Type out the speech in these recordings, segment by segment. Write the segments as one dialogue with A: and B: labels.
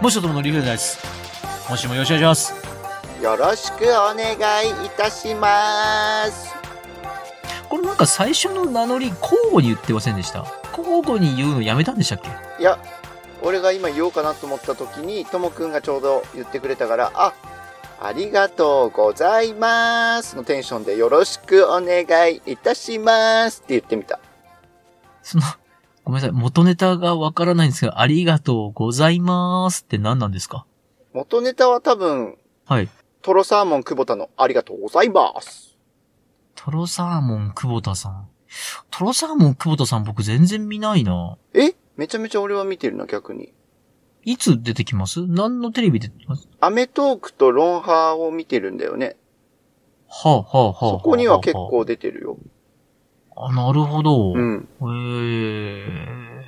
A: もしととものリフレです。今週もよろしくお願いします。
B: よろしくお願いいたします。
A: これなんか最初の名乗り交互に言ってませんでした交互に言うのやめたんでしたっけ
B: いや、俺が今言おうかなと思った時に、ともくんがちょうど言ってくれたから、あ、ありがとうございますのテンションでよろしくお願いいたしますって言ってみた。
A: その、ごめんなさい、元ネタがわからないんですけど、ありがとうございますって何なんですか
B: 元ネタは多分、
A: はい。
B: トロサーモン久保田のありがとうございます。
A: トロサーモン久保田さん。トロサーモン久保田さん僕全然見ないな。
B: えめちゃめちゃ俺は見てるな、逆に。
A: いつ出てきます何のテレビ出てきます
B: アメトークとロンハーを見てるんだよね。
A: はあ、はあはあはあ、
B: そこには結構出てるよ。
A: あ、なるほど。
B: うん。
A: ええ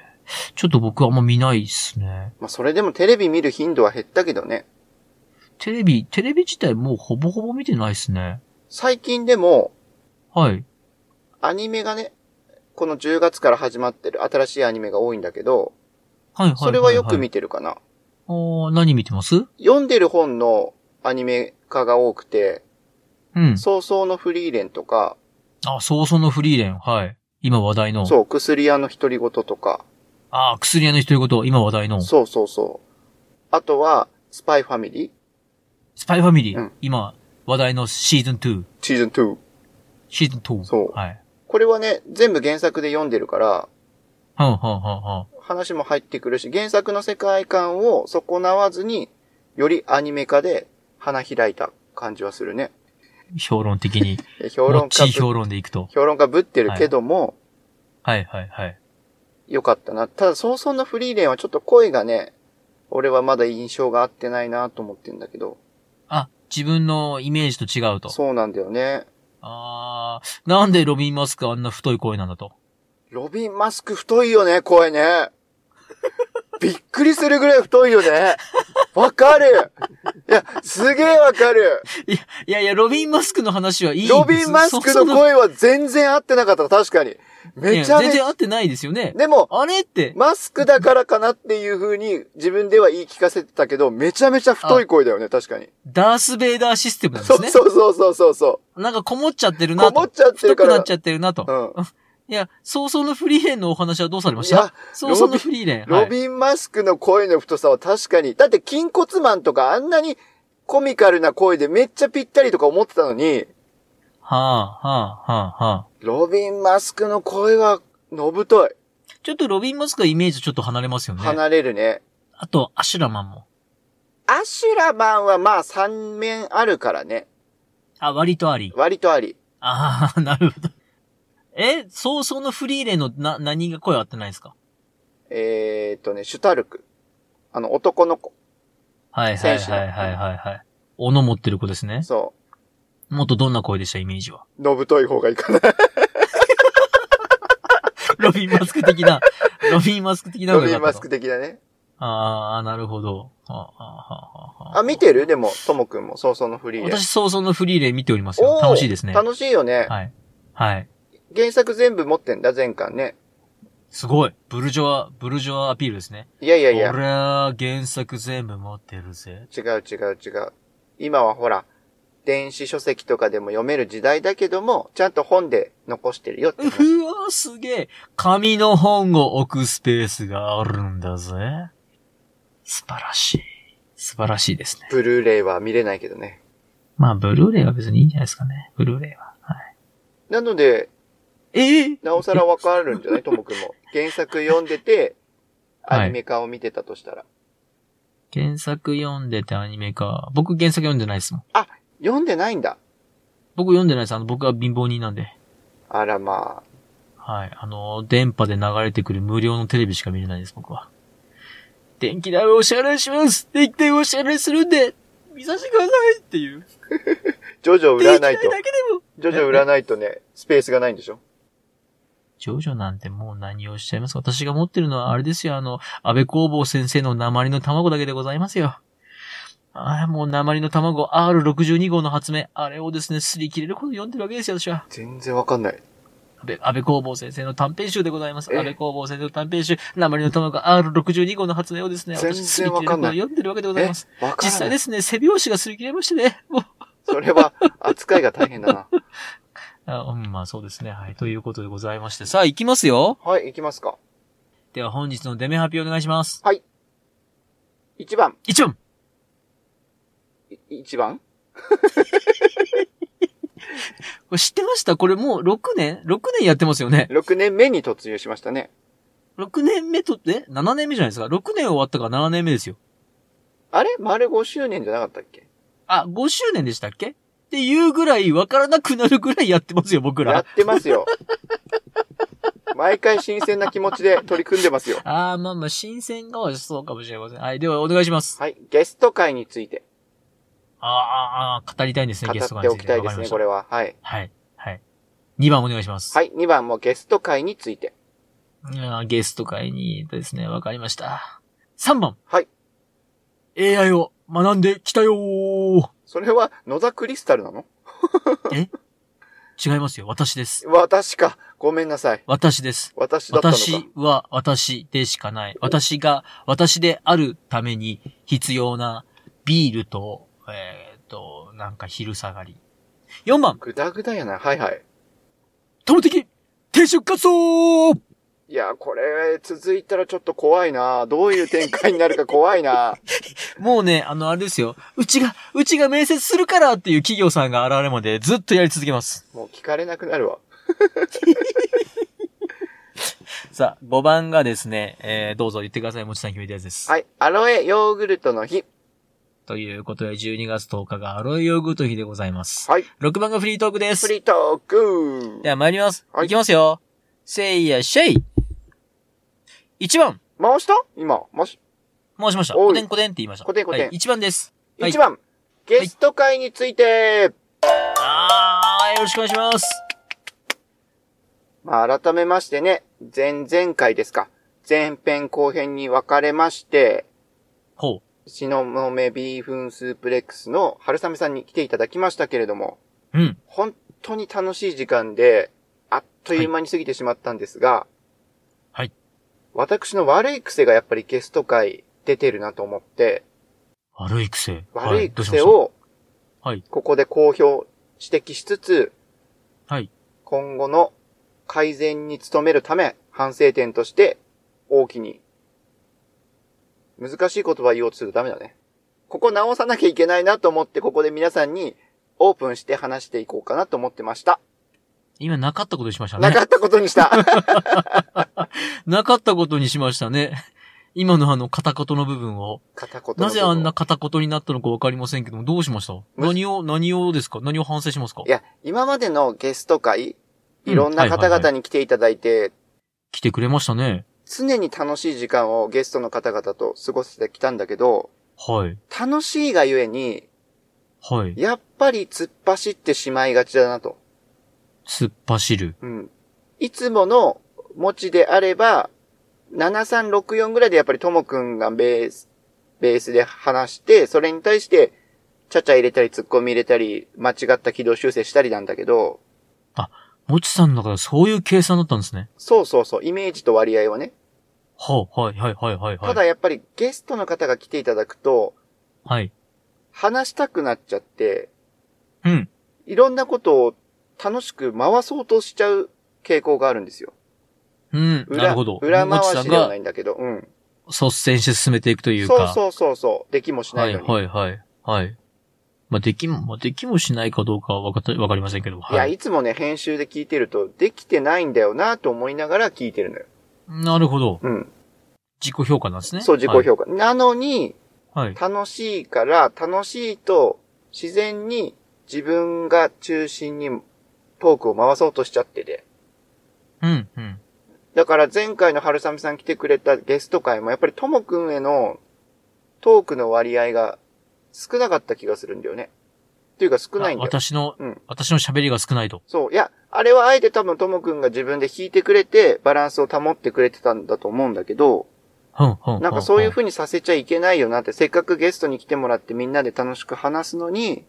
A: ちょっと僕あんま見ないっすね。
B: まあ、それでもテレビ見る頻度は減ったけどね。
A: テレビ、テレビ自体もうほぼほぼ見てないっすね。
B: 最近でも、
A: はい。
B: アニメがね、この10月から始まってる新しいアニメが多いんだけど、
A: はいはいはい、はい。
B: それはよく見てるかな。
A: あー何見てます
B: 読んでる本のアニメ化が多くて、
A: うん。
B: 早々のフリーレンとか、
A: あ、早々のフリーレン。はい。今話題の。
B: そう、薬屋の独り言とか、
A: あー、薬屋の独り言。今話題の。ス
B: そうそうそう。あとは、スパイファミリー、
A: パイファミリー。
B: うん
A: 今話題のシーズン2。
B: シーズン2。
A: シーズン2。
B: そう
A: はい。
B: これはね、全部原作で読んでるから、
A: はんはんはんはん。
B: 話も入ってくるし、原作の世界観を損なわずに、よりアニメ化で花開いた感じはするね。
A: 評論的に。
B: え
A: も
B: 評
A: っ
B: 論
A: ち
B: 家
A: い
B: ぶ、
A: 評論でいくと。
B: 評論家ぶってるけども、
A: はいはいはい。
B: 良かったな。ただ、早々のフリーレンはちょっと声がね、俺はまだ印象が合ってないなと思ってんだけど。
A: あ、自分のイメージと違うと。
B: そうなんだよね。
A: あー、なんでロビン・マスクあんな太い声なんだと。
B: ロビン・マスク太いよね、声ね。 びっくりするぐらい太いよね。わかる。いや、すげえわかる。
A: いやいや、ロビン・マスクの話はいいんです
B: ロビン・マスク
A: そ
B: の
A: うそう
B: 声は全然合ってなかった、確かに。
A: いや
B: めちゃめ
A: 全
B: ち
A: 然
B: ゃ。
A: 合ってないですよね。
B: でも、
A: あれって、
B: マスクだからかなっていう風に自分では言い聞かせてたけど、めちゃめちゃ太い声だよね、確かに。
A: ダース・ベイダーシステムなんで
B: そう
A: すね。
B: そうそうそうそうそ
A: なんかこもっちゃってる
B: う。
A: な。
B: こともっちゃってる
A: 太
B: か
A: く
B: ら。
A: なっちゃってるなと。
B: うん。
A: いや、早々のフリーレンのお話はどうされまし
B: いや
A: た早々のフリーレン。は
B: ロ
A: い。
B: ビン・マスクの声の太さは確かに、だって筋骨マンとかあんなにコミカルな声でめっちゃぴったりとか思ってたのに、
A: はあ、はあ、はあ、はあ。
B: ロビン・マスクの声は、のぶとい。
A: ちょっとロビン・マスクはイメージちょっと離れますよね。
B: 離れるね。
A: あと、アシュラマンも。
B: アシュラマンはまあ3面あるからね。
A: あ、割とあり。
B: 割とあり。
A: あ あ、なるほど。え、早々のフリーレンのな、何が声合ってないですか
B: えー、っとね、シュタルク。あの、男の子。
A: はいはい
B: 選手
A: はいはいはいはい。斧持ってる子ですね。
B: そ
A: もっとどんな声でした、イメージは。
B: う。のぶとい方がいいかな。
A: ロビンマスク的な、ロビンマスク的な
B: ロ
A: のが
B: ビ
A: 良
B: ン・
A: か
B: マ
A: った
B: ス
A: と
B: ク。的だね。
A: ああ、なるほど。ああああああ
B: あ、見てるでも、ともくんも、早々のフリーレン。
A: 私、早々のフリーレン見ておりますよ
B: お。ー
A: 楽しいですね。
B: 楽しいよね。
A: はい。はい。
B: 原作全部持ってんだ、前巻ね。
A: すごい。ブルジョア、ブルジョアアピールですね。
B: いやいやいや。
A: 俺は原作全部持ってるぜ。
B: 違う違う違う。今はほら、電子書籍とかでも読める時代だけども、ちゃんと本で残してるよって
A: う
B: 話。
A: ふわー、すげえ。紙の本を置くスペースがあるんだぜ。素晴らしい。素晴らしいですね。
B: ブルーレイは見れないけどね。
A: まあ、ブルーレイは別にいいんじゃないですかね。ブルーレイは。はい。
B: なので、
A: ええ
B: なおさらわかるんじ ゃないともくんも。原作読んでて、
A: はい
B: アニメ化を見てたとしたら。
A: 原作読んでてアニメか。僕原作読んでないですもん。
B: 読んでないんだ。
A: 僕読んでないです。あの、僕は貧乏人なんで。
B: あらまあ。
A: はい。あの、電波で流れてくる無料のテレビしか見れないです、僕は。電気代をお支払いします電気代をお支払いするんで見させてくださいっていう。
B: ジョジョ売
A: 電
B: ら
A: 気
B: な
A: 代
B: い
A: だけ。
B: と
A: でも
B: ジョジョ売らないとね、スペースがないんでしょ
A: ジョジョなんてもう何をしちゃいますか私が持ってるのはあれですよ、あの、安倍工房先生の鉛の卵だけでございますよ。ああ、もう鉛の卵 R62 号の発明、あれをですね、擦り切れること読んでるわけですよ、私は。
B: 全然わかんない。
A: 安倍、安倍工房先生の短編集でございます。
B: え
A: 安倍工房先生の短編集、鉛の玉が R62 号の発明をですね、
B: 全
A: 私、
B: 然わかんない
A: 読んでるわけでございます。
B: え、わか
A: 実
B: ら
A: 際
B: ない。
A: ですね、背拍子が擦り切れましてね。もう
B: それは扱いが大変だな。
A: あうん、まあそうですね。はい。ということでございまして。さあ、行きますよ。
B: はい、行きますか。
A: では本日のデメ発表お願いします。
B: 1番。
A: 1番
B: 1番
A: これ知ってましたこれもう6年 ?6 年やってますよね。
B: ?6 年目に突入しましたね。
A: 6年目とって、7年目じゃないですか。6年終わったから7年目ですよ。
B: あれ丸5周年じゃなかったっけ
A: あ、5周年でしたっけっていうぐらい分からなくなるぐらいやってますよ、僕
B: や
A: ら
B: っ。てますよ。毎回新鮮な気持ちで取り組んでますよ。
A: あー、まあまあ、新鮮がはそうかもしれません。はい、ではお願いします。
B: はい、ゲスト会について
A: あーあー、あー語りたいんですね、
B: 語
A: ゲスト
B: っ
A: が
B: て
A: につ
B: お
A: い
B: き
A: て。
B: たいで
A: わか
B: す
A: りま
B: ね、
A: した
B: これは。はい。
A: はい、はい。2番お願いします。
B: はい、2番もゲスト会について。
A: いやーゲスト会にですね、わかりました。3番。
B: はい。
A: AI を学んできたよー。
B: それは野田クリスタルなの
A: 違いますよ、私です。
B: 私か。ごめんなさい。
A: 私です。
B: 私だったのか。
A: 私は私でしかない。私が私であるために必要なビールと、えっ、と、なんか昼下がり。4番、
B: ぐだぐだやな。はいはい。
A: 友的転職活動
B: いや、これ、続いたらちょっと怖いなどういう展開になるか怖いな
A: もうね、あの、あれですよ。うちが、うちが面接するからっていう企業さんが現れるまでずっとやり続けます。
B: もう聞かれなくなるわ。
A: さあ、5番がですね、えー、どうぞ言ってください。もちさん決めたやつです。
B: はい。アロエヨーグルトの日。
A: ということで、12月10日がアロイヨーグルト日でございます。
B: はい。
A: 6番がフリートークです
B: フ。リートーク
A: では参ります。
B: はい
A: い、きますよ。せいやシェイ !1 番
B: 回した今。回し、
A: 申しました。
B: おい
A: コテンコテンって言いました。
B: コテンコテン
A: はい、1番です。はい
B: 1番。ゲスト会について、
A: あー、よろしくお願いします。
B: まあ、改めましてね、前々回ですか。前編後編に分かれまして、
A: ほう。
B: しのもめビーフンスープレックスの春雨さんに来ていただきましたけれども、
A: うん。
B: 本当に楽しい時間で、あっという間に過ぎてしまったんですが、
A: はい。
B: 私の悪い癖がやっぱりゲスト会出てるなと思って、
A: 悪い癖。
B: 悪
A: はいどうし
B: 癖
A: まし
B: を
A: はい、
B: ここで公表、指摘しつつ、
A: たはい。
B: 今後の改善に努めるため、反省点として、大きに。難しい言葉言おうとするとダメだね。ここ直さなきゃいけないなと思って、ここで皆さんにオープンして話していこうかなと思ってました。
A: 今なかったことにしましたね。
B: なかったことにした。
A: なかったことにしましたね。今のあの片言の部分を。
B: 片言の
A: なぜあんな
B: 部
A: 片言になったのかわかりませんけども、どうしました
B: む
A: 何を、何をですか何を反省しますか
B: 分をいや、今までのゲスト会、
A: うん
B: いろんな方
A: はいはいは
B: 々に来ていただいて、
A: 来てくれましたね。
B: 常に楽しい時間をゲストの方々と過ごせてきたんだけど、
A: はい。
B: 楽しいがゆえに、
A: はい。
B: やっぱり突っ走ってしまいがちだなと。
A: 突っ走る。
B: うん。いつもの持ちであれば、7364ぐらいでやっぱりともくんがベース、ベースで話して、それに対して、ちゃちゃ入れたり、突っ込み入れたり、間違った軌道修正したりなんだけど、
A: もちさんの中でそういう計算だったんですね。
B: そうそうそう、イメージと割合はね。
A: はあ、はい、はい、はい、はい。はい
B: ただやっぱりゲストの方が来ていただくと、
A: はい。
B: 話したくなっちゃって、
A: うん。
B: いろんなことを楽しく回そうとしちゃう傾向があるんですよ。
A: うん。
B: 裏
A: なるほど。
B: 裏回
A: もちさん
B: しではな
A: が
B: いんだけど、うん。
A: 率先して進めていくという
B: そう
A: か。
B: そうそうそう、できもしな
A: はいい、
B: のに。
A: はい、はい。はい。まあ、できも、まあ、できもしないかどうかはわかった、わかりませんけど、
B: いや、
A: はい。
B: いつもね、編集で聞いてると、できてないんだよなと思いながら聞いてるのよ。
A: なるほど。
B: うん。
A: 自己評価なんですね。
B: そう、自己評価。なのに、
A: 価。はい。
B: 楽しいから、楽しいと、自然に自分が中心にトークを回そうとしちゃってて。
A: うん、うん。
B: だから前回の春雨さん来てくれたゲスト会も、やっぱりともくんへのトークの割合が少なかった気がするんだよね。っていうか少ないん
A: あ
B: だよ。
A: 私の、
B: うん
A: 私の喋りが少ないと。
B: そう。いや、あれはあえて多分ともくんが自分で弾いてくれて、バランスを保ってくれてたんだと思うんだけど、
A: うん、うん。
B: なんかそういう
A: ふう
B: 風にさせちゃいけないよなって、せっかくゲストに来てもらってみんなで楽しく話すのに、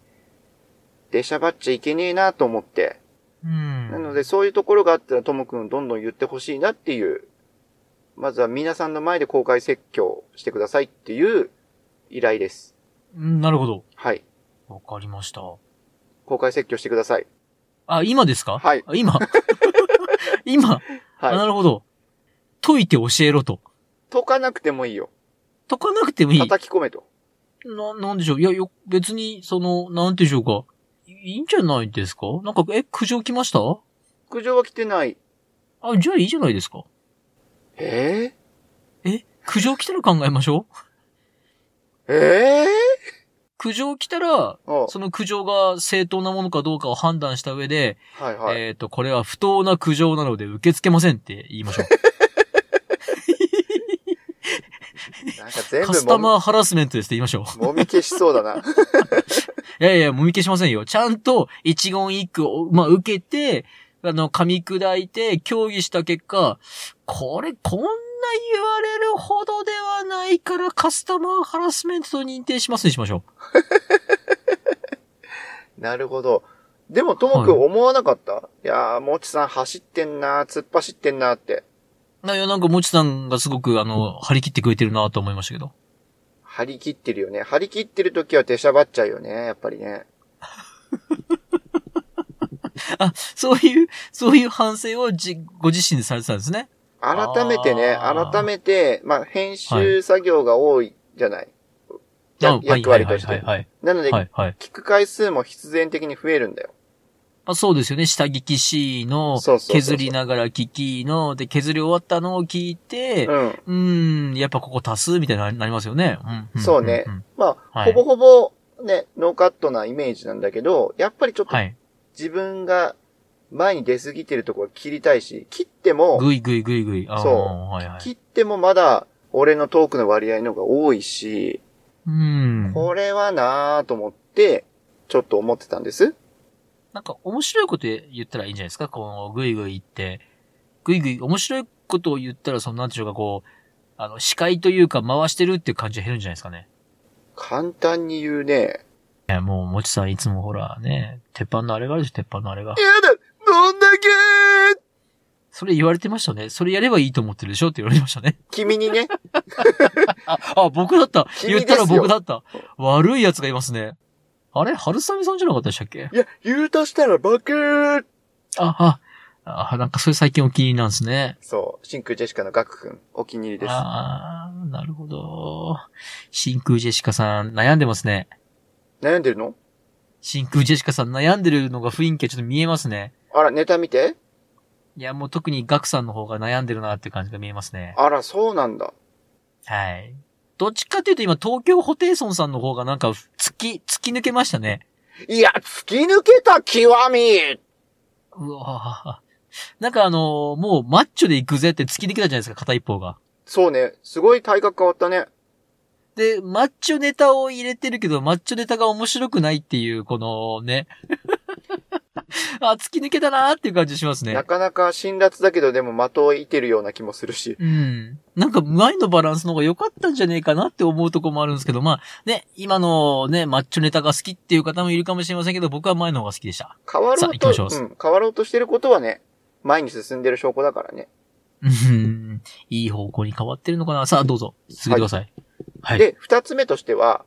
B: 出しゃばっちゃいけねえなと思って。
A: うん。
B: なので、そういうところがあったら、ともくんどんどん言ってほしいなっていう、まずは皆さんの前で公開説教してくださいっていう依頼です。
A: うん、なるほど。
B: はい。
A: わかりました。
B: 公開説教してください。
A: あ、今ですか
B: はい。
A: あ今。 今、あ
B: は
A: なるほど。解いて教えろと。
B: い。解かなくてもいいよ。
A: 解かなくてもいい。
B: 叩き込めと。
A: な、なんでしょう。いや、よ、別に、その、なんていうんでしょうか。いいいんじゃないですかなんか、え、苦情来ました
B: 苦情は来てない。
A: あ、じゃあいいじゃないですか。
B: え
A: え、苦情来たら考えましょう。
B: ー、え
A: 苦情来たら、
B: ー、あ
A: その苦情が正当なものかどうかを判断した上で、
B: はいはい。
A: えっ、と、これは不当な苦情なので受け付けませんって言いましょう。
B: なんか全
A: カス
B: 部
A: タ
B: も
A: マーハラスメントですって言いましょう。
B: み、もみ消しそうだな。
A: いやいや、もみ消しませんよ。ちゃんと一言一句を、まあ、受けて、あの、噛み砕いて、協議した結果、これ、こんな言われるほどではないから、カスタマーハラスメントと認定しますにしましょ
B: なるほど。でも、ともくん
A: は
B: 思わなかった、い、やー、もちさん走ってんなー、突っ走ってんなーって。
A: う。ないや、なんか、もちさんがすごく、あの、張り切ってくれてるなと思いましたけど。
B: 張り切ってるよね。張り切ってる時は出しゃばっちゃうよね、やっぱりね。
A: あ、そういう、そういう反省をじ、ご自身でされてたんですね。
B: 改めてね、
A: あー
B: 改めて、まあ、編集作業が多いじゃない。や
A: あ
B: 役割とし
A: はい
B: て。
A: はい
B: なの
A: はいはい、
B: で、
A: はい、はい。
B: 聞く回数も必然的に増えるんだよ。
A: まあ、そうですよね。下聞き C の
B: そうそうそう、そう
A: 削りながら聞きの、で、削り終わったのを聞いて、
B: うん。
A: うーん、やっぱここ足すみたいにななりますよね。うんうん、
B: そうね
A: んん
B: まあ、
A: はい
B: ほぼほぼ、ね、ノーカットなイメージなんだけど、やっぱりちょっと
A: はい。
B: 自分が前に出過ぎてるところ切りたいし、切っても、
A: ぐいぐいぐいぐい。あー
B: そ
A: はいはい。
B: 切ってもまだ俺のトークの割合の方が多いし、
A: うーん。
B: これはなぁと思って、ちょっと思ってたんです。
A: なんか面白いこと言ったらいいんじゃないですかこう、ぐいぐい言って。ぐいぐい、面白いことを言ったら、その、なんていうか、こう、あの、司会というか回してるっていう感じが減るんじゃないですかね。
B: 簡単に言うね。
A: いや、もう、もちさんいつもほらね、鉄板のあれがあるでしょ、鉄板のあれが。
B: やだどんだけ
A: それ言われてましたね。それやればいいと思ってるでしょって言われましたね。
B: 君にね、
A: あ、あ、僕だった
B: 君
A: 言ったら
B: ですよ
A: 僕だった悪い奴がいますね。あれ春雨さんじゃなかったでしたっけ
B: いや、言うとしたら僕
A: あ、あ、あ、なんかそれ最近お気に入りなんですね。
B: そう、真空ジェシカのガク君、お気に入りです。
A: ああ、なるほど。真空ジェシカさん悩んでますね。
B: 悩んでるの
A: 真空ジェシカさん悩んでるのが雰囲気がちょっと見えますね。
B: あら、ネタ見て
A: いや、もう特にガクさんの方が悩んでるなっていう感じが見えますね。
B: あら、そうなんだ。
A: はい。どっちかというと今東京ホテイソンさんの方がなんか突き、突き抜けましたね。
B: いや、突き抜けた極み
A: うわぁなんかあのーもうマッチョで行くぜって突き抜けたじゃないですか、片一方が。
B: そうね、すごい体格変わったね。
A: で、マッチョネタを入れてるけど、マッチョネタが面白くないっていう、このね。 あ、突き抜けたなーっていう感じしますね
B: な。かなか辛辣だけど、でも的を射てるような気もするし。
A: うん。なんか前のバランスの方が良かったんじゃねえかなって思うとこもあるんですけど、まあね、今のね、マッチョネタが好きっていう方もいるかもしれませんけど、僕は前の方が好きでした。
B: 変わろ
A: さあ
B: う
A: 行き
B: と、、
A: ましょうん
B: 変わろうとしてることはね、前に進んでる証拠だからね。
A: うん。いい方向に変わってるのかなさあ、どうぞ。続けてください。はい。
B: で、二つ目としては、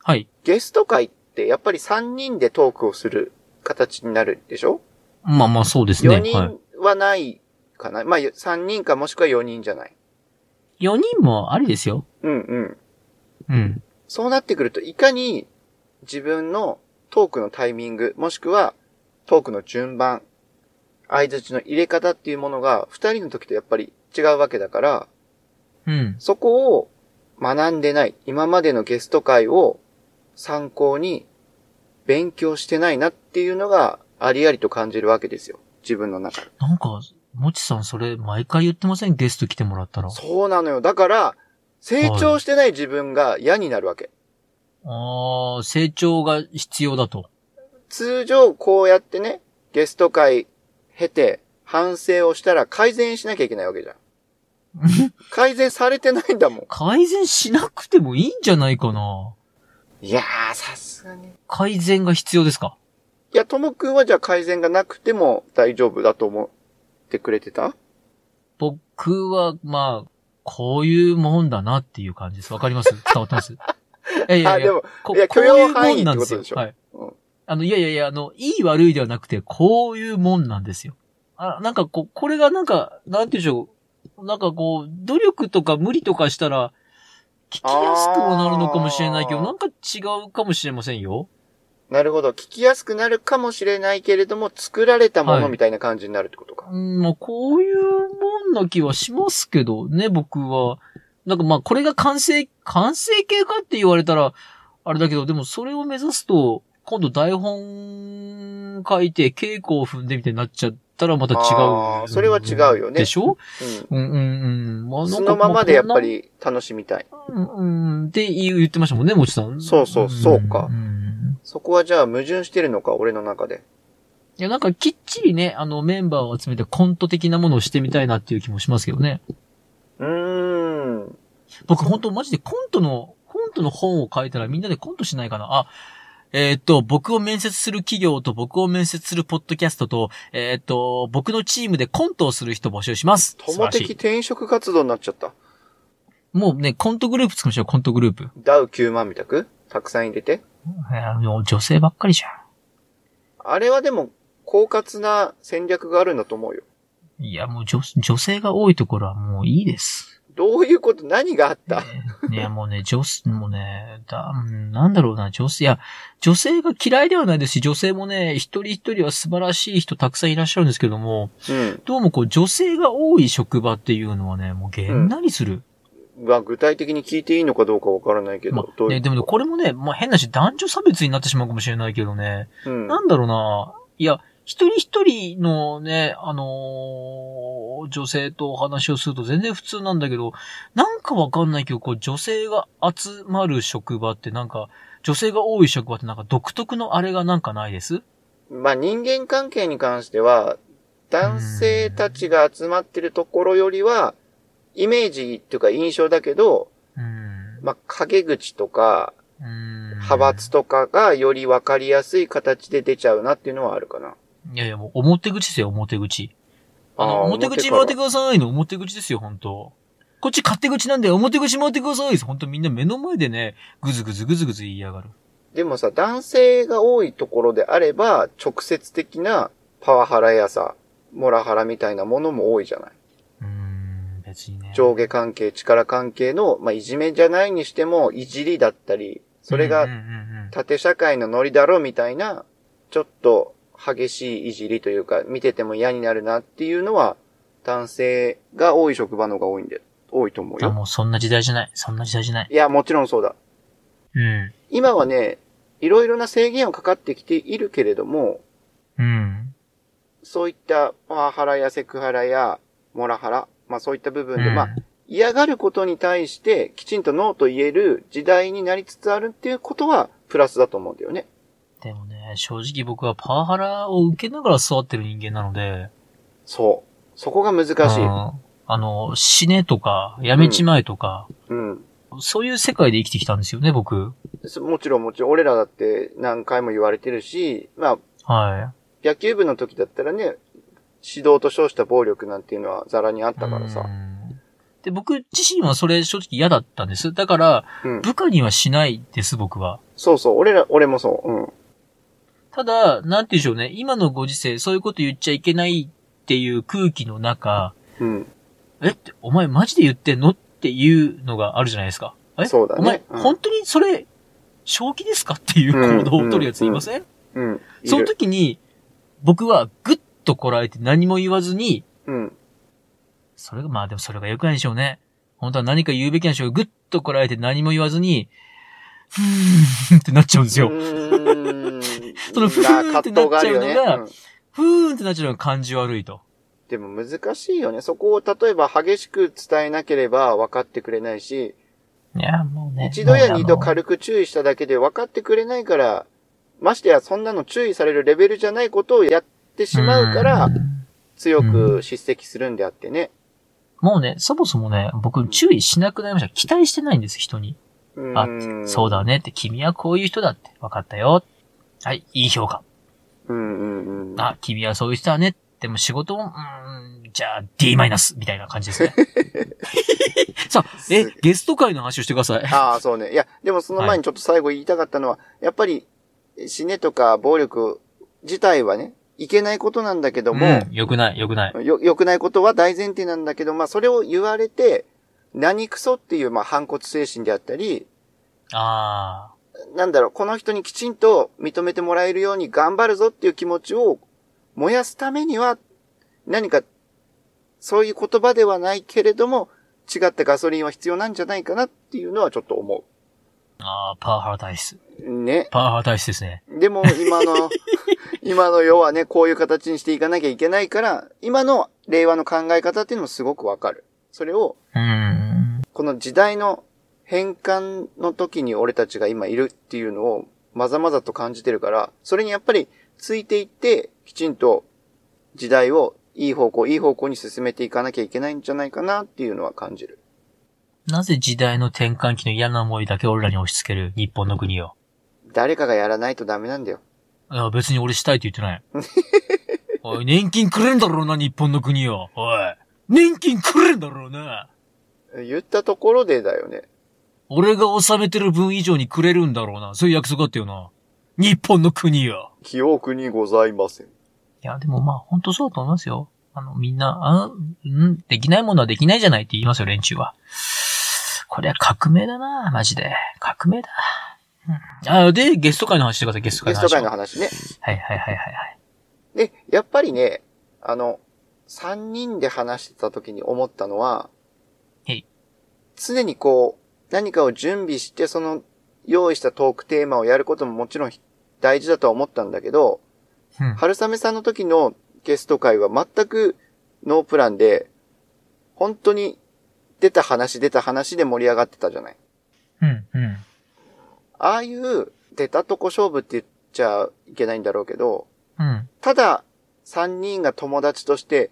A: はい。
B: ゲスト会ってやっぱり三人でトークをする形になるでしょ
A: まあまあ、そうですね。
B: 4
A: はい。
B: 人はないかな、まあ、3人かもしくは4人じゃない。
A: 4人もありですよ。
B: うんうん。
A: うん。
B: そうなってくると、いかに自分のトークのタイミング、もしくはトークの順番、相槌の入れ方っていうものが、2人の時とやっぱり違うわけだから、
A: うん。
B: そこを学んでない、今までのゲスト会を参考に勉強してないなっていうのが、ありありと感じるわけですよ。自分の中で。
A: なんか、もちさんそれ、毎回言ってませんゲスト来てもらったら。
B: そうなのよ。だから、成長してない自分が嫌になるわけ。
A: ああ、成長が必要だと。
B: 通常こうやってね、ゲスト会経て反省をしたら改善しなきゃいけないわ けじゃん。改善されてないんだもん。
A: 改善しなくてもいいんじゃないかない
B: やー、さすがに。
A: 改善が必要ですか
B: いや、ともくんはじゃあ改善がなくても大丈夫だと思ってくれてた
A: 僕は、まあ、こういうもんだなっていう感じです。わかります伝わってます いやいや
B: あ、
A: いや
B: で、も、
A: こ
B: いや
A: こう
B: 許容範囲
A: いうもんなん
B: ってことでしょ
A: はい。
B: うん
A: あの、いやいやいや、あの、いい悪いではなくて、こういうもんなんですよ。あ、なんかこう、これがなんか、なんていうんでしょう。なんかこう、努力とか無理とかしたら、聞きやすくもなるのかもしれないけど、
B: あー
A: なんか違うかもしれませんよ。
B: なるほど。聞きやすくなるかもしれないけれども、作られたも
A: は
B: の
A: い
B: みたいな感じになるってことか。
A: うん、まあ、こういうもんな気はしますけどね、僕は。なんかまあ、これが完成、完成形かって言われたら、あれだけど、でもそれを目指すと、今度台本書いて稽古を踏んでみたいになっちゃったらまた違
B: あー
A: う。
B: それは違うよね
A: でしょ
B: うん
A: うんうんうん。まあ
B: そのままでやっぱ。
A: なんか
B: り楽しみたい。
A: こんなうんうん。って言う言ってましたもんね、もちさん。
B: そうそうそうか
A: ん
B: そこはじゃあ矛盾してるのか、俺の中で。
A: いや、なんかきっちりね、あのメンバーを集めてコント的なものをしてみたいなっていう気もしますけどね。
B: うーん。
A: 僕本当マジでコントの、コントの本を書いたらみんなでコントしないかな。あ、えーっと、僕を面接する企業と僕を面接するポッドキャストと、えーっと、僕のチームでコントをする人募集します。素晴
B: 友
A: らし
B: 的
A: い。
B: 転職活動になっちゃった。
A: もうね、コントグループ作りましょう、コントグループ。
B: ダウ9万みたくたくさん入れて。
A: えーもう女性ばっかりじゃ
B: あれはでも、狡猾な戦略があるんだと思うよ。
A: ん。いや、もう女、女性が多いところはもういいです。
B: どういうこと何があった
A: いや、もうね、女子、もうね、だ、うんなんだろうな、女性、いや、女性が嫌いではないですし、女性もね、一人一人は素晴らしい人たくさんいらっしゃるんですけども、
B: うん。
A: どうもこう、女性が多い職場っていうのはね、もうげんなりする。
B: まあ具体的に聞いていいのかどうかわからないけど、
A: まあ、
B: どうい
A: ね、
B: う
A: でもね、これもね、まあ変なし、男女差別になってしまうかもしれないけどね、
B: うん。
A: なんだろうな、いや、一人一人のね、あのー女性とお話をすると全然普通なんだけど、なんかわかんないけど、こう女性が集まる職場ってなんか、女性が多い職場ってなんか独特のあれがなんかないです
B: まあ人間関係に関しては、男性たちが集まってるところよりは、イメージっていうか印象だけど、
A: うん。
B: まあ陰口とか、
A: うん。
B: 派閥とかがより分かりやすい形で出ちゃうなっていうのはあるかな。
A: いやいや、もう表口ですよ、表口。あ
B: あー
A: の、表口
B: か
A: 回
B: ら
A: ってくださいの表口ですよ、本当こっち勝手口なんで、表口回ってくださいです。本当みんな目の前でね、ぐずぐずぐずぐず言いやがる。
B: でもさ、男性が多いところであれば、直接的なパワハラやさ、モラハラみたいなものも多いじゃない。
A: うーん、別にね。
B: 上下関係、力関係の、まあ、いじめじゃないにしても、いじりだったり、それ
A: うんう
B: が
A: んうんうん
B: 縦社会のノリだろみたいな、ちょっと激しいいじりというか、見てても嫌になるなっていうのは、男性が多い職場の方が多いんで、多いと思う
A: あ、
B: よ。
A: もうそんな時代じゃない。そんな時代じゃない。
B: いや、もちろんそうだ。
A: うん。
B: 今はね、いろいろな制限はかかってきているけれども、
A: うん。
B: そういったパワハラやセクハラやモラハラ、まあそういった部分で、
A: うん
B: まあ嫌がることに対してきちんとノーと言える時代になりつつあるっていうことはプラスだと思うんだよね。
A: でもね、正直僕はパワハラを受けながら育ってる人間なので、
B: そう。そこが難しい。
A: あのあの、死ねとか、やめちまえとか、
B: うん。
A: そういう世界で生きてきたんですよね、僕。
B: そもちろんもちろん俺らだって何回も言われてるし、まあ
A: は
B: 野球部の時だったらね、指導と称した暴力なんていうのはザラにあっ
A: い。
B: たから
A: う
B: さ。
A: ん。で、僕自身はそれ正直嫌だったんです。だから、
B: うん。
A: 部下にはしないです、僕は。
B: そうそう。俺ら、俺もそう。うん。
A: ただ、なんて言うんでしょうね、今のご時世、そういうこと言っちゃいけないっていう空気の中、
B: うん。
A: えって、お前マジで言ってんのっていうのがあるじゃないですか。え
B: そうだね
A: お前、
B: うん
A: 本当にそれ、正気ですかっていう行動を取るやついません、
B: うん。いる
A: その時に、僕はぐっとこらえて何も言わずに、
B: うん。
A: それが、まあでもそれが良くないでしょうね。本当は何か言うべきなんでしょうがぐっとこらえて何も言わずに、ふーんってなっちゃうんですよ。 そ
B: そ
A: のふーんってなっちゃうのが
B: ん、
A: ふーんってなっちゃうのが感じ悪いと。
B: でも難しいよね。そこを例えば激しく伝えなければ分かってくれないし、
A: いや、もうね。
B: 一度や二
A: も
B: 度
A: うあの
B: 軽く注意しただけで分かってくれないから、ましてやそんなの注意されるレベルじゃないことをやってしまうから、強く叱責するんであってね。
A: もうね、そもそもね、僕注意しなくなりました。期待してないんです、人に。あ
B: ーん
A: そうだねって、君はこういう人だって、分かったよ。はい、いい評価。
B: うんうんうん。
A: あ、君はそういう人だね。でも仕事も、うーん、じゃあ D マイナスみたいな感じです ね。さあ、え、ゲスト会の話をしてください。
B: ああ、そうね。いや、でもその前にちょっと最後言いたかったのは、やっぱり死ねとか暴力自体はね、いけないことなんだけども
A: う、ん、良くない、良くない。
B: よ、良くないことは大前提なんだけど、まあそれを言われて、何クソっていう、まあ反骨精神であったり、
A: あ
B: なんだろう、この人にきちんと認めてもらえるように頑張るぞっていう気持ちを燃やすためには、何か、そういう言葉ではないけれども、違ったガソリンは必要なんじゃないかなっていうのはちょっと思
A: ー、あー、パワハラ体質。
B: う。ね。
A: パワハラ体質ですね。
B: でも今の、今の世はね、こういう形にしていかなきゃいけないから、今の令和の考え方っていうのもすごくわかる。それを、
A: うーん。
B: この時代の変換の時に俺たちが今いるっていうのをまざまざと感じてるから、それにやっぱりついていって、きちんと時代をいい方向、いい方向に進めていかなきゃいけないんじゃないかなっていうのは感じる。
A: なぜ時代の転換期の嫌な思いだけ俺らに押し付ける日本の国を。
B: 誰かがやらないとダメなんだよ。
A: いや、別に俺したいって言ってない。 おい、年金くれんだろうな、日本の国を。おい。年金くれんだろうな。
B: 言ったところでだよね。
A: 俺が納めてる分以上にくれるんだろうな。そういう約束だったよな。日本の国よ。
B: 記憶にございません。
A: いや、でもまあ、ほんとそうだと思いますよ。あの、みんな、あうん、できないものはできないじゃないって言いますよ、連中は。これは革命だな、マジで。革命だ。うん、あ、で、ゲスト会の話してください、ゲスト会
B: ゲ
A: の
B: ス
A: 話
B: ト
A: を。
B: 会の話ね。
A: はいはいはいはいはい。
B: で、やっぱりね、あの、三人で話してた時に思ったのは
A: はい、
B: 常にこう、何かを準備して、その、用意したトークテーマをやることももちろん大事だとは思ったんだけど、
A: うん
B: 春雨さんの時のゲスト会は全くノープランで、本当に出た話出た話で盛り上がってたじゃない。
A: うん、うん。
B: ああいう出たとこ勝負って言っちゃいけないんだろうけど、
A: うん。
B: ただ、三人が友達として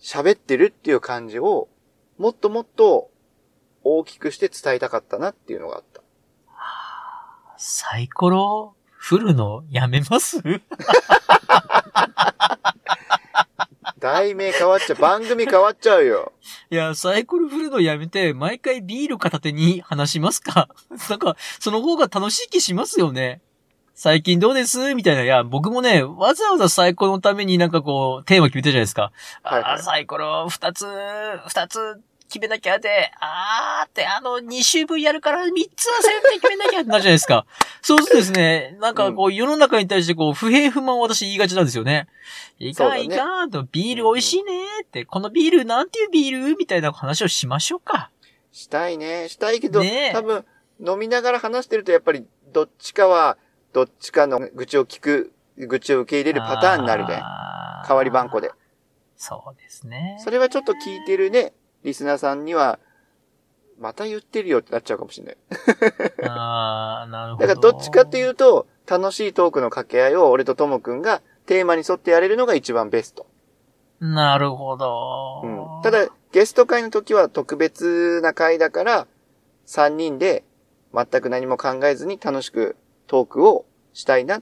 B: 喋ってるっていう感じを、もっともっと大きくして伝えたかったなっていうのが あった。
A: サイコロ、振るのやめます
B: 題名変わっちゃう。番組変わっちゃうよ。
A: いや、サイコロ振るのやめて、毎回ビール片手に話します かなんか、その方が楽しい気しますよね。最近どうですみたいな。いや、僕もね、わざわざサイコロのためになんかこう、テーマ決めてるじゃないですか。
B: はいはい
A: あーサイコロ二つ、二つ決めなきゃで、あーって、あの、二週分やるから三つは選定決めなきゃってなるじゃないです か。そうするとですね、なんかこう、世の中に対してこう、不平不満を私言いがちなんですよね。い
B: そう
A: か
B: だ
A: ん
B: ね
A: いかんと、ビール美味しいねーって、このビールなんていうビールみたいな話をしましょうか。
B: したいね。したいけど、
A: ねえ
B: 多分飲みながら話してるとやっぱりどっちかは、どっちかの愚痴を聞く、愚痴を受け入れるパターンになるね。
A: あー
B: 代わり番号で。。
A: そうですね。
B: それはちょっと聞いてるね、リスナーさんには、また言ってるよってなっちゃうかもしれない。
A: あーなるほ
B: だ
A: ど。。
B: からどっちかっていううと、楽しいトークの掛け合いを俺とともくんがテーマに沿ってやれるのが一番ベスト。
A: なるほど。
B: うん。ただ、ゲスト会の時は特別な会だから、3人で全く何も考えずに楽しくトークをしたいな。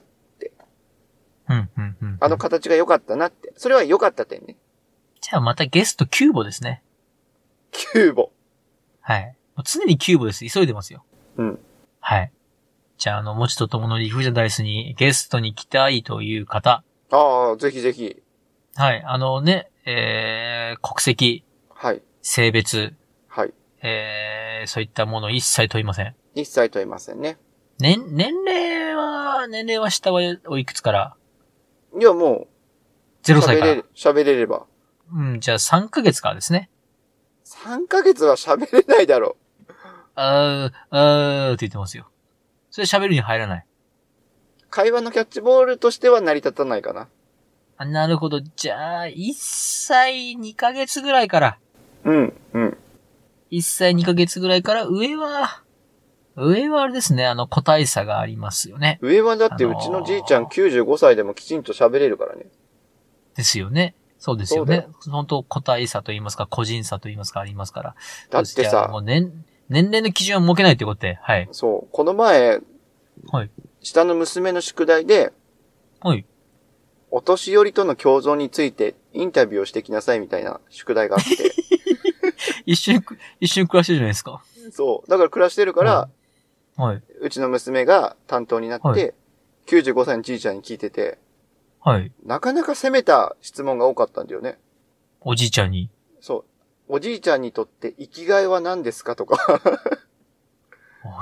A: うん、うん、うん。
B: あの形が良かったなって。それは良かった点ね。
A: じゃあまたゲストキューボですね。
B: キューボ。
A: はい。もう常にキューボです。急いでますよ。
B: うん。
A: はい。じゃあ、あの、もちとともの理不尽ダイスにゲストに来たいという方。
B: ああ、ぜひぜひ。
A: はい。あのね、えー、国籍、
B: はい。
A: 性別、
B: はい。
A: えー、そういったもの一切問いません。
B: 一切問いませんね。
A: 年、年齢は、年齢は下はおいくつから
B: いや、もう、
A: 0歳
B: 喋
A: か
B: れ
A: ら
B: る。、喋れれば。
A: うん、じゃあ3ヶ月からですね。
B: 3ヶ月は喋れないだろ
A: あー、あーって言ってますよ。それ喋るに入らない。
B: う。会話のキャッチボールとしては成り立たないかな。
A: あなるほど。じゃあ、1歳2ヶ月ぐらいから。
B: うん、うん。
A: 1歳2ヶ月ぐらいから上は、上はあれですね、あの、個体差がありますよね。
B: 上はだってうちのじいちゃ
A: あ
B: ん
A: の
B: 95歳でもきちんと喋れるからね。
A: ですよね。そうですよ
B: そう
A: ね。本当個体差と言いますか、個人差と言いますか、ありますから。
B: だっ
A: そう
B: て
A: ですじゃあも
B: さ、
A: う年、年齢の基準を設けないということで、はい。
B: そう、この前、
A: はい
B: 下の娘の宿題で、
A: はい。
B: お年寄りとの共存についてインタビューをしてきなさいみたいな宿題があ って。
A: 一瞬、一瞬暮らしてるじゃないですか。
B: そう。だから暮らしてるから、
A: はい。
B: うちの娘が担当になって、
A: は
B: 95歳のじいちゃんに聞いてて、
A: はい。
B: なかなか攻めた質問が多かったんだよね。
A: おじいちゃんに。
B: そう。おじいちゃんにとって生きがいは何ですかとか。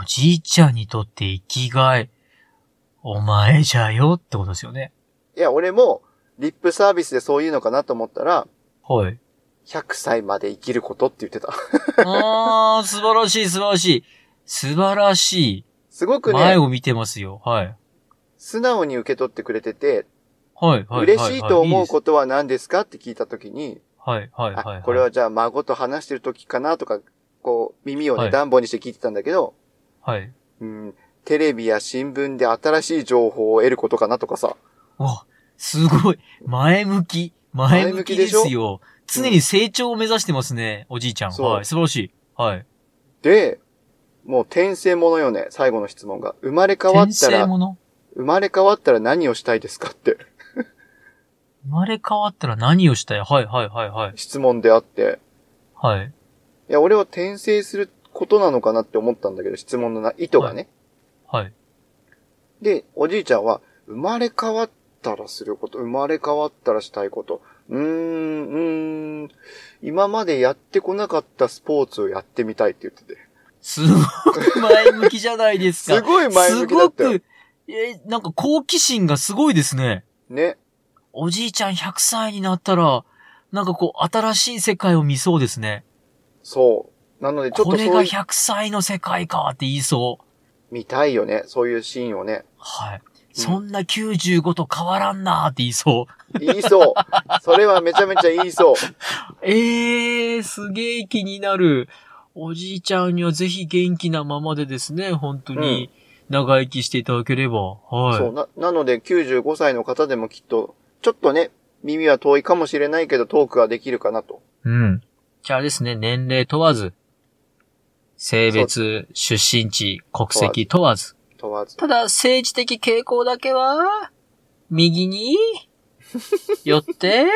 A: おじいちゃんにとって生きがい、お前じゃよってことですよね。
B: いや、俺も、リップサービスでそういうのかなと思ったら、
A: はい。
B: 100歳まで生きることって言ってた。
A: あー、素晴らしい、素晴らしい。素晴らし
B: すご
A: い。
B: く
A: 前
B: ね、
A: を見てますよ。はい。
B: 素直に受け取ってくれてて、
A: はい、はい。
B: 嬉しいと思う
A: と。
B: ことは何ですかって聞いたときに、
A: はい、はい、はいは
B: あ
A: い。
B: これは、じゃあ孫と話してるときかなとか、こう、耳を
A: は
B: ね、
A: い
B: 暖房にして聞いてたんだけど、
A: はい。
B: うん、テレビや新聞で新しい情報を得ることかなとかさ。
A: うわ、すごい。前向き。前向きです
B: 前向きでし
A: よ。常に成長を目指してますね、おじいちゃん。
B: そう
A: はい、素晴らしい。はい。
B: で、もう転生ものよね、最後の質問が。生まれ変わっ
A: 転
B: た
A: 生
B: ら、
A: もの
B: 生まれ変わったら何をしたいですかって
A: 生まれ変わったら何をしたいはい、はい、はい、はい。
B: 質問であって。
A: はい。
B: いや、俺は転生することなのかなって思ったんだけど、質問のな意図がね。
A: はい。
B: で、おじいちゃんは、生まれ変わったらすること、生まれ変わったらしたいこと。うーん、うーん、今までやってこなかったスポーツをやってみたいって言ってて。
A: すごく前向きじゃないですか。
B: すごい前向きだった
A: す
B: よ
A: ご。く、えーなんか好奇心がすごいですね。
B: ね。
A: おじいちゃん100歳になったら、なんかこう、新しい世界を見そうですね。
B: そう。なので、ちょっ
A: ことれ
B: そ
A: が
B: ういう、
A: 100歳の世界かって言いそう。
B: 見たいよね。そういうシーンをね。
A: はい。そんな95と変わらんなーって言いそう。
B: 言いそう。それはめちゃめちゃ言いそう。
A: ええー、すげえ気になる。おじいちゃんにはぜひ元気なままでですね、本当に。長生きしていただければ。はい。
B: そう。な、なので、95歳の方でもきっと、ちょっとね、耳は遠いかもしれないけど、トークができるかなと。
A: うん。じゃあですね、年齢問わず、性別、出身地、国籍問わず。
B: 問わず。
A: ただ、政治的傾向だけは、右 に、寄って、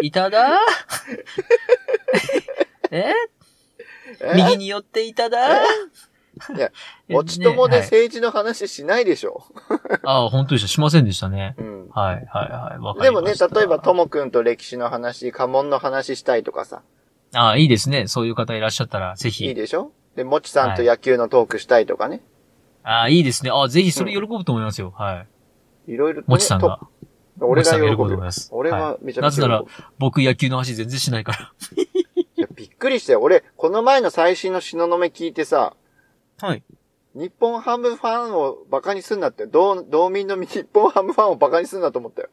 A: いた だ、え
B: え
A: 右に寄っていただ
B: いや、落ちともで
A: ねはい
B: 政治の話しないでしょ。
A: ああ、本当でした。しませんでしたね。
B: うん。
A: はい、はい、はい。わか
B: で
A: り
B: も
A: ま
B: ね、
A: した
B: 例えば、ともくんと歴史の話、家紋の話したいとかさ、
A: ああ、いいですね。そういう方いらっしゃったら、ぜ
B: いい
A: ひ。
B: でしょで、もちさんと野球のトークしたいとかね。
A: ああ、いいですね。ああ、ぜひ、それ喜ぶと思いますよ。はい。
B: いろいろとね、
A: もちさんが。
B: と俺が
A: もちさ
B: 喜
A: んが喜ぶと
B: ぶ
A: 思います。
B: 俺はめちゃめちゃ喜
A: なぜ
B: ぶ。
A: なら僕野球の話全然しないか
B: いや、びっくりしたよ。俺、この前の最新の東雲聞いてさ、
A: ら。はい。
B: 日本ハムファンをバカにすんなって、同道民の日本ハムファンをバカにすんなと思ったよ。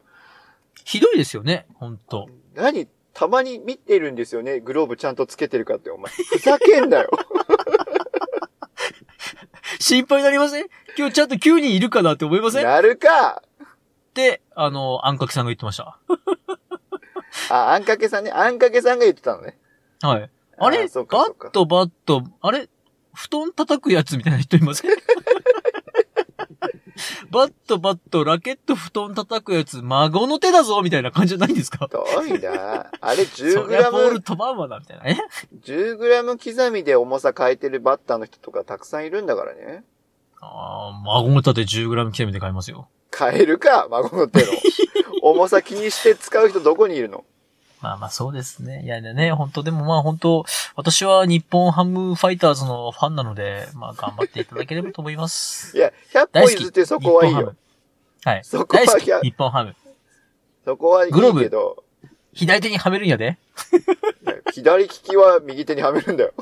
A: ひどいですよね、ほんと。
B: 何たまに見てるんですよね。グローブちゃんとつけてるかって、お前。ふざけん なよ。
A: 心配になりません今日ちゃんと9人いるかなって思いませんっ
B: なるか
A: て、あの、あんかけさんが言ってました。
B: あ、あんかけさんね。あんかけさんが言ってたのね。
A: はい。あれ
B: ーそう
A: バ
B: かそう
A: ッ
B: か。
A: トバット、あれ布団叩くやつみたいな人いません バットバット、ラケット布団叩くやつ、孫の手だぞみたいな感じじゃないんですか
B: 遠いな。あれ10
A: そ
B: グ
A: りゃ
B: ラ
A: ボール
B: ム、
A: 飛ばんわな、みたいな。え
B: 10グラム刻みで重さ変えてるバッターの人とかたくさんいるんだからね。
A: ああ、孫の手で 10g 刻みで買いますよ。
B: 変えるか、孫の手 の。重さ気にして使う人どこにいるの
A: まあまあそうですね。いやね、本当でもまあ本当私は日本ハムファイターズのファンなので、まあ頑張っていただければと思います。
B: いや、100
A: 大
B: 歩
A: 好き。
B: 譲ってそこはいいよ。
A: 日本ハム。はい。
B: そこは
A: 大好
B: 100
A: き。日本ハム。
B: そこはいい
A: グローブ
B: けど、
A: 左手にはめるんやで。
B: いや左利きは右手にはめるんだよ。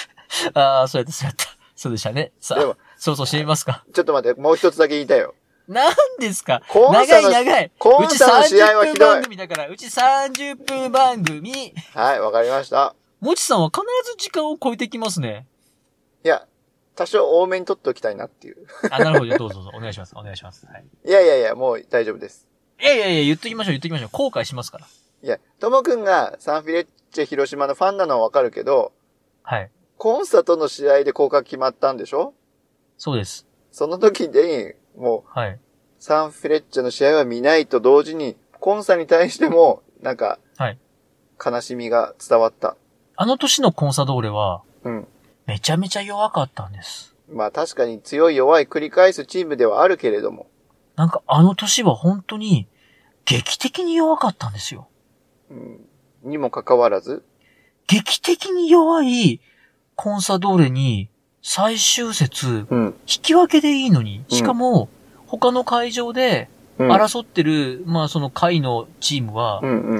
A: ああ、そうやった、そうやった。そうでしたね。さ
B: でも
A: あ、そろそろ閉めますか。
B: ちょっと待って、もう一つだけ言いたいよ。
A: 何ですか
B: コ
A: 長
B: ンサ
A: い
B: の
A: 長い。
B: コン
A: うち
B: サの試合はひ
A: 30分
B: どい
A: 番。組だから、うち30分番組。
B: はい、わかりました。
A: もちさんは必ず時間を超えてきますね。
B: いや、多少多めに取っておきたいなっていう。
A: あ、なるほ ど。どうぞどうぞ。お願いします。お願いします。はい。
B: いやいやいや、もう大丈夫です。
A: いやいやいや、言っときましょう、言っときましょう。後悔しますから。
B: いや、ともくんがサンフィレッチェ広島のファンなのはわかるけど、
A: はい。
B: コンサとの試合で降格決まったんでしょ
A: そうです。
B: その時に、も
A: はい。
B: う、サンフレッチェの試合は見ないと同時に、コンサに対しても、なんか、
A: はい
B: 悲しみが伝わった。
A: あの年のコンサドーレは、
B: うん。
A: めちゃめちゃ弱かったんです。
B: まあ確かに強い弱い繰り返すチームではあるけれども。
A: なんかあの年は本当に、劇的に弱かったんですよ。
B: うん。にもかかわらず、
A: 劇的に弱いコンサドーレに、最終節、
B: うん。
A: 引き分けでいいのに、しかも、他の会場で
B: うん。
A: 争ってる、まあその会のチームは
B: う、んうん。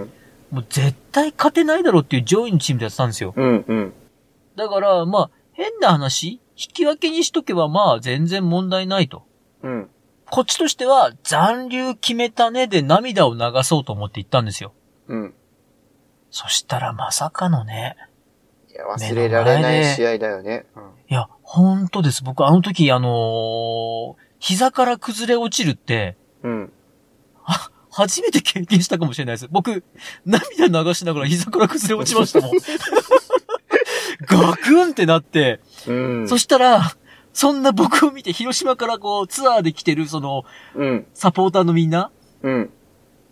A: もう絶対勝てないだろうっていう上位のチームでやってたんですよ。
B: うんうん。
A: だから、まあ、変な話、引き分けにしとけばまあ全然問題ないと。
B: うん。
A: こっちとしては、残留決めたねで涙を流そうと思って行ったんですよ。
B: うん。
A: そしたらまさかのね。
B: いや、忘れられな
A: 目の前
B: い
A: で
B: 試合だよね。うん
A: いや、ほんとです。僕あの時、あのー膝から崩れ落ちるって、
B: うん。
A: 初めて経験したかもしれないです。僕、涙流しながら膝から崩れ落ちま したもん。ガクンってなって、
B: うん。
A: そしたら、そんな僕を見て広島からこうツアーで来てるその
B: うん。
A: サポーターのみんな
B: うん。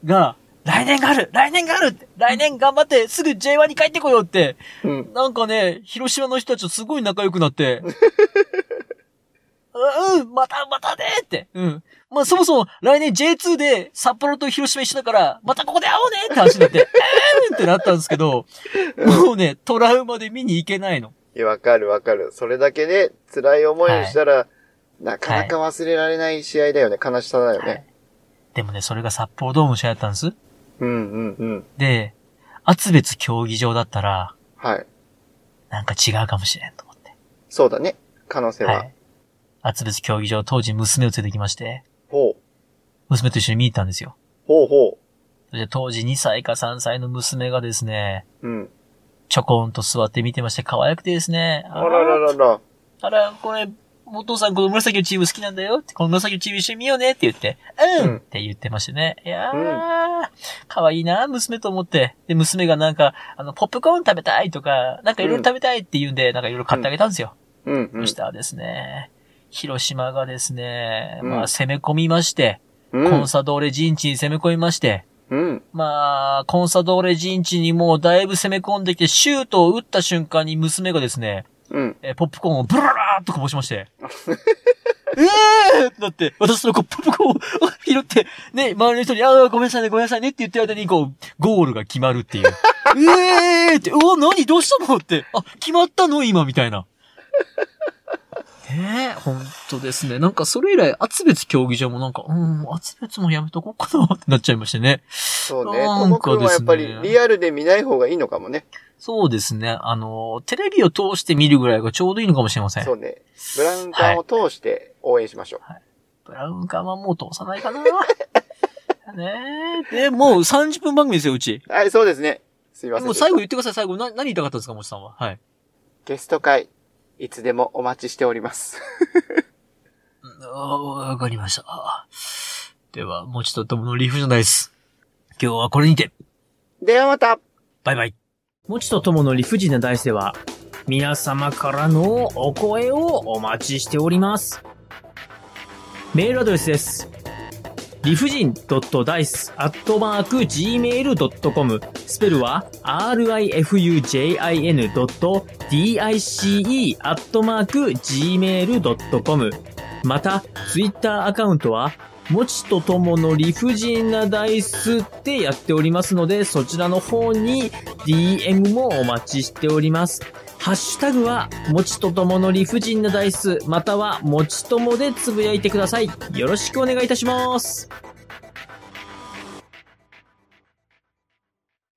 A: が、来年がある来年があるって来年頑張ってすぐ J1 に帰ってこようって
B: うん。
A: なんかね、広島の人たちとすごい仲良くなって。 うん、うん、またまたねって。うん。まあそもそも来年 J2 で札幌と広島一緒だから、またここで会おうねって話になって、 えーんってなったんですけど、もうね、トラウマで見に行けないの。
B: いや、わかるわかる。それだけで辛い思いをしたら、なかなか忘れられない試合だよね。悲しさだよね。
A: はいでもね、それが札幌ドームの試合だったんです。
B: うんうんうん。
A: で、厚別競技場だったら、
B: はい。
A: なんか違うかもしれんと思って。
B: そうだね。可能性は。
A: はい。厚別競技場、当時娘を連れてきまして、
B: ほう。
A: 娘と一緒に見に行ったんですよ。
B: ほうほ
A: で、当時2歳か3歳の娘がですね、
B: う。うん。
A: ちょこんと座って見てまして可愛くてですね、
B: あらららら。
A: あら、これ、お父さんこの紫のチーム好きなんだよって、この紫のチーム一緒に見ようねって言って、うん、
B: うん
A: って言ってましてね。いやー、
B: うん
A: 可愛いな、娘と思って。で、娘がなんか、あの、ポップコーン食べたいとか、なんかいろいろ食べたいって言うんで、なんかいろいろ買ってあげたんですよ。
B: うんうん
A: そしたらですね、広島がですね、
B: うん
A: まあ攻め込みまして、
B: う
A: コ
B: ん
A: ン。サドーレ陣地に攻め込みまして、
B: うん。
A: まあ、コンサドーレ陣地にもうだいぶ攻め込んできて、シュートを打った瞬間に娘がですね、
B: うん。
A: えーポップコーンをブララーっとこぼしまして。ええーってなって、私のこうポップコーンを拾って、ね、周りの人に、ああ、ごめんなさいね、ごめんなさいねって言ってる間に、こう、ゴールが決まるっていう。ええーって、うわ、何どうしたのって、あ、決まったの今、みたいな。ねえ、本当ですね。なんかそれ以来、厚別競技場もなんか、うん、厚別もやめとこうかなってなっちゃいましてね。
B: そうね。
A: な
B: と
A: ん
B: も
A: か
B: くんはやっぱ
A: で
B: り
A: すね
B: リアルで見ない方がいいのかもね。
A: そうですね。あの、テレビを通して見るぐらいがちょうどいいのかもしれません
B: そ。うね。ブラウン管を通して応援しましょ
A: ブラウン管はもう通さないか な。ねえ。で、もう30分番組ですよ、うち。
B: う。はい、そうですね。すいません
A: もう
B: でした。
A: 最後言ってください、最後。な、何言いたかったんですか、もちさんは。はい。
B: ゲスト会、いつでもお待ちしております。
A: うんわかりました。では、もちととものリーフじゃないです。今日はこれにて。
B: ではまた
A: バイバイ。もちとともの理不尽な大世は、皆様からのお声をお待ちしております。メールアドレスです。理不尽 .dice.gmail.com スペルは rifujin.dice.gmail.com また、ツイッターアカウントは、もちとともの理不尽なダイスってやっておりますので、そちらの方に DM もお待ちしております。ハッシュタグは、もちとともの理不尽なダイス、または、もちともでつぶやいてください。よろしくお願いいたします。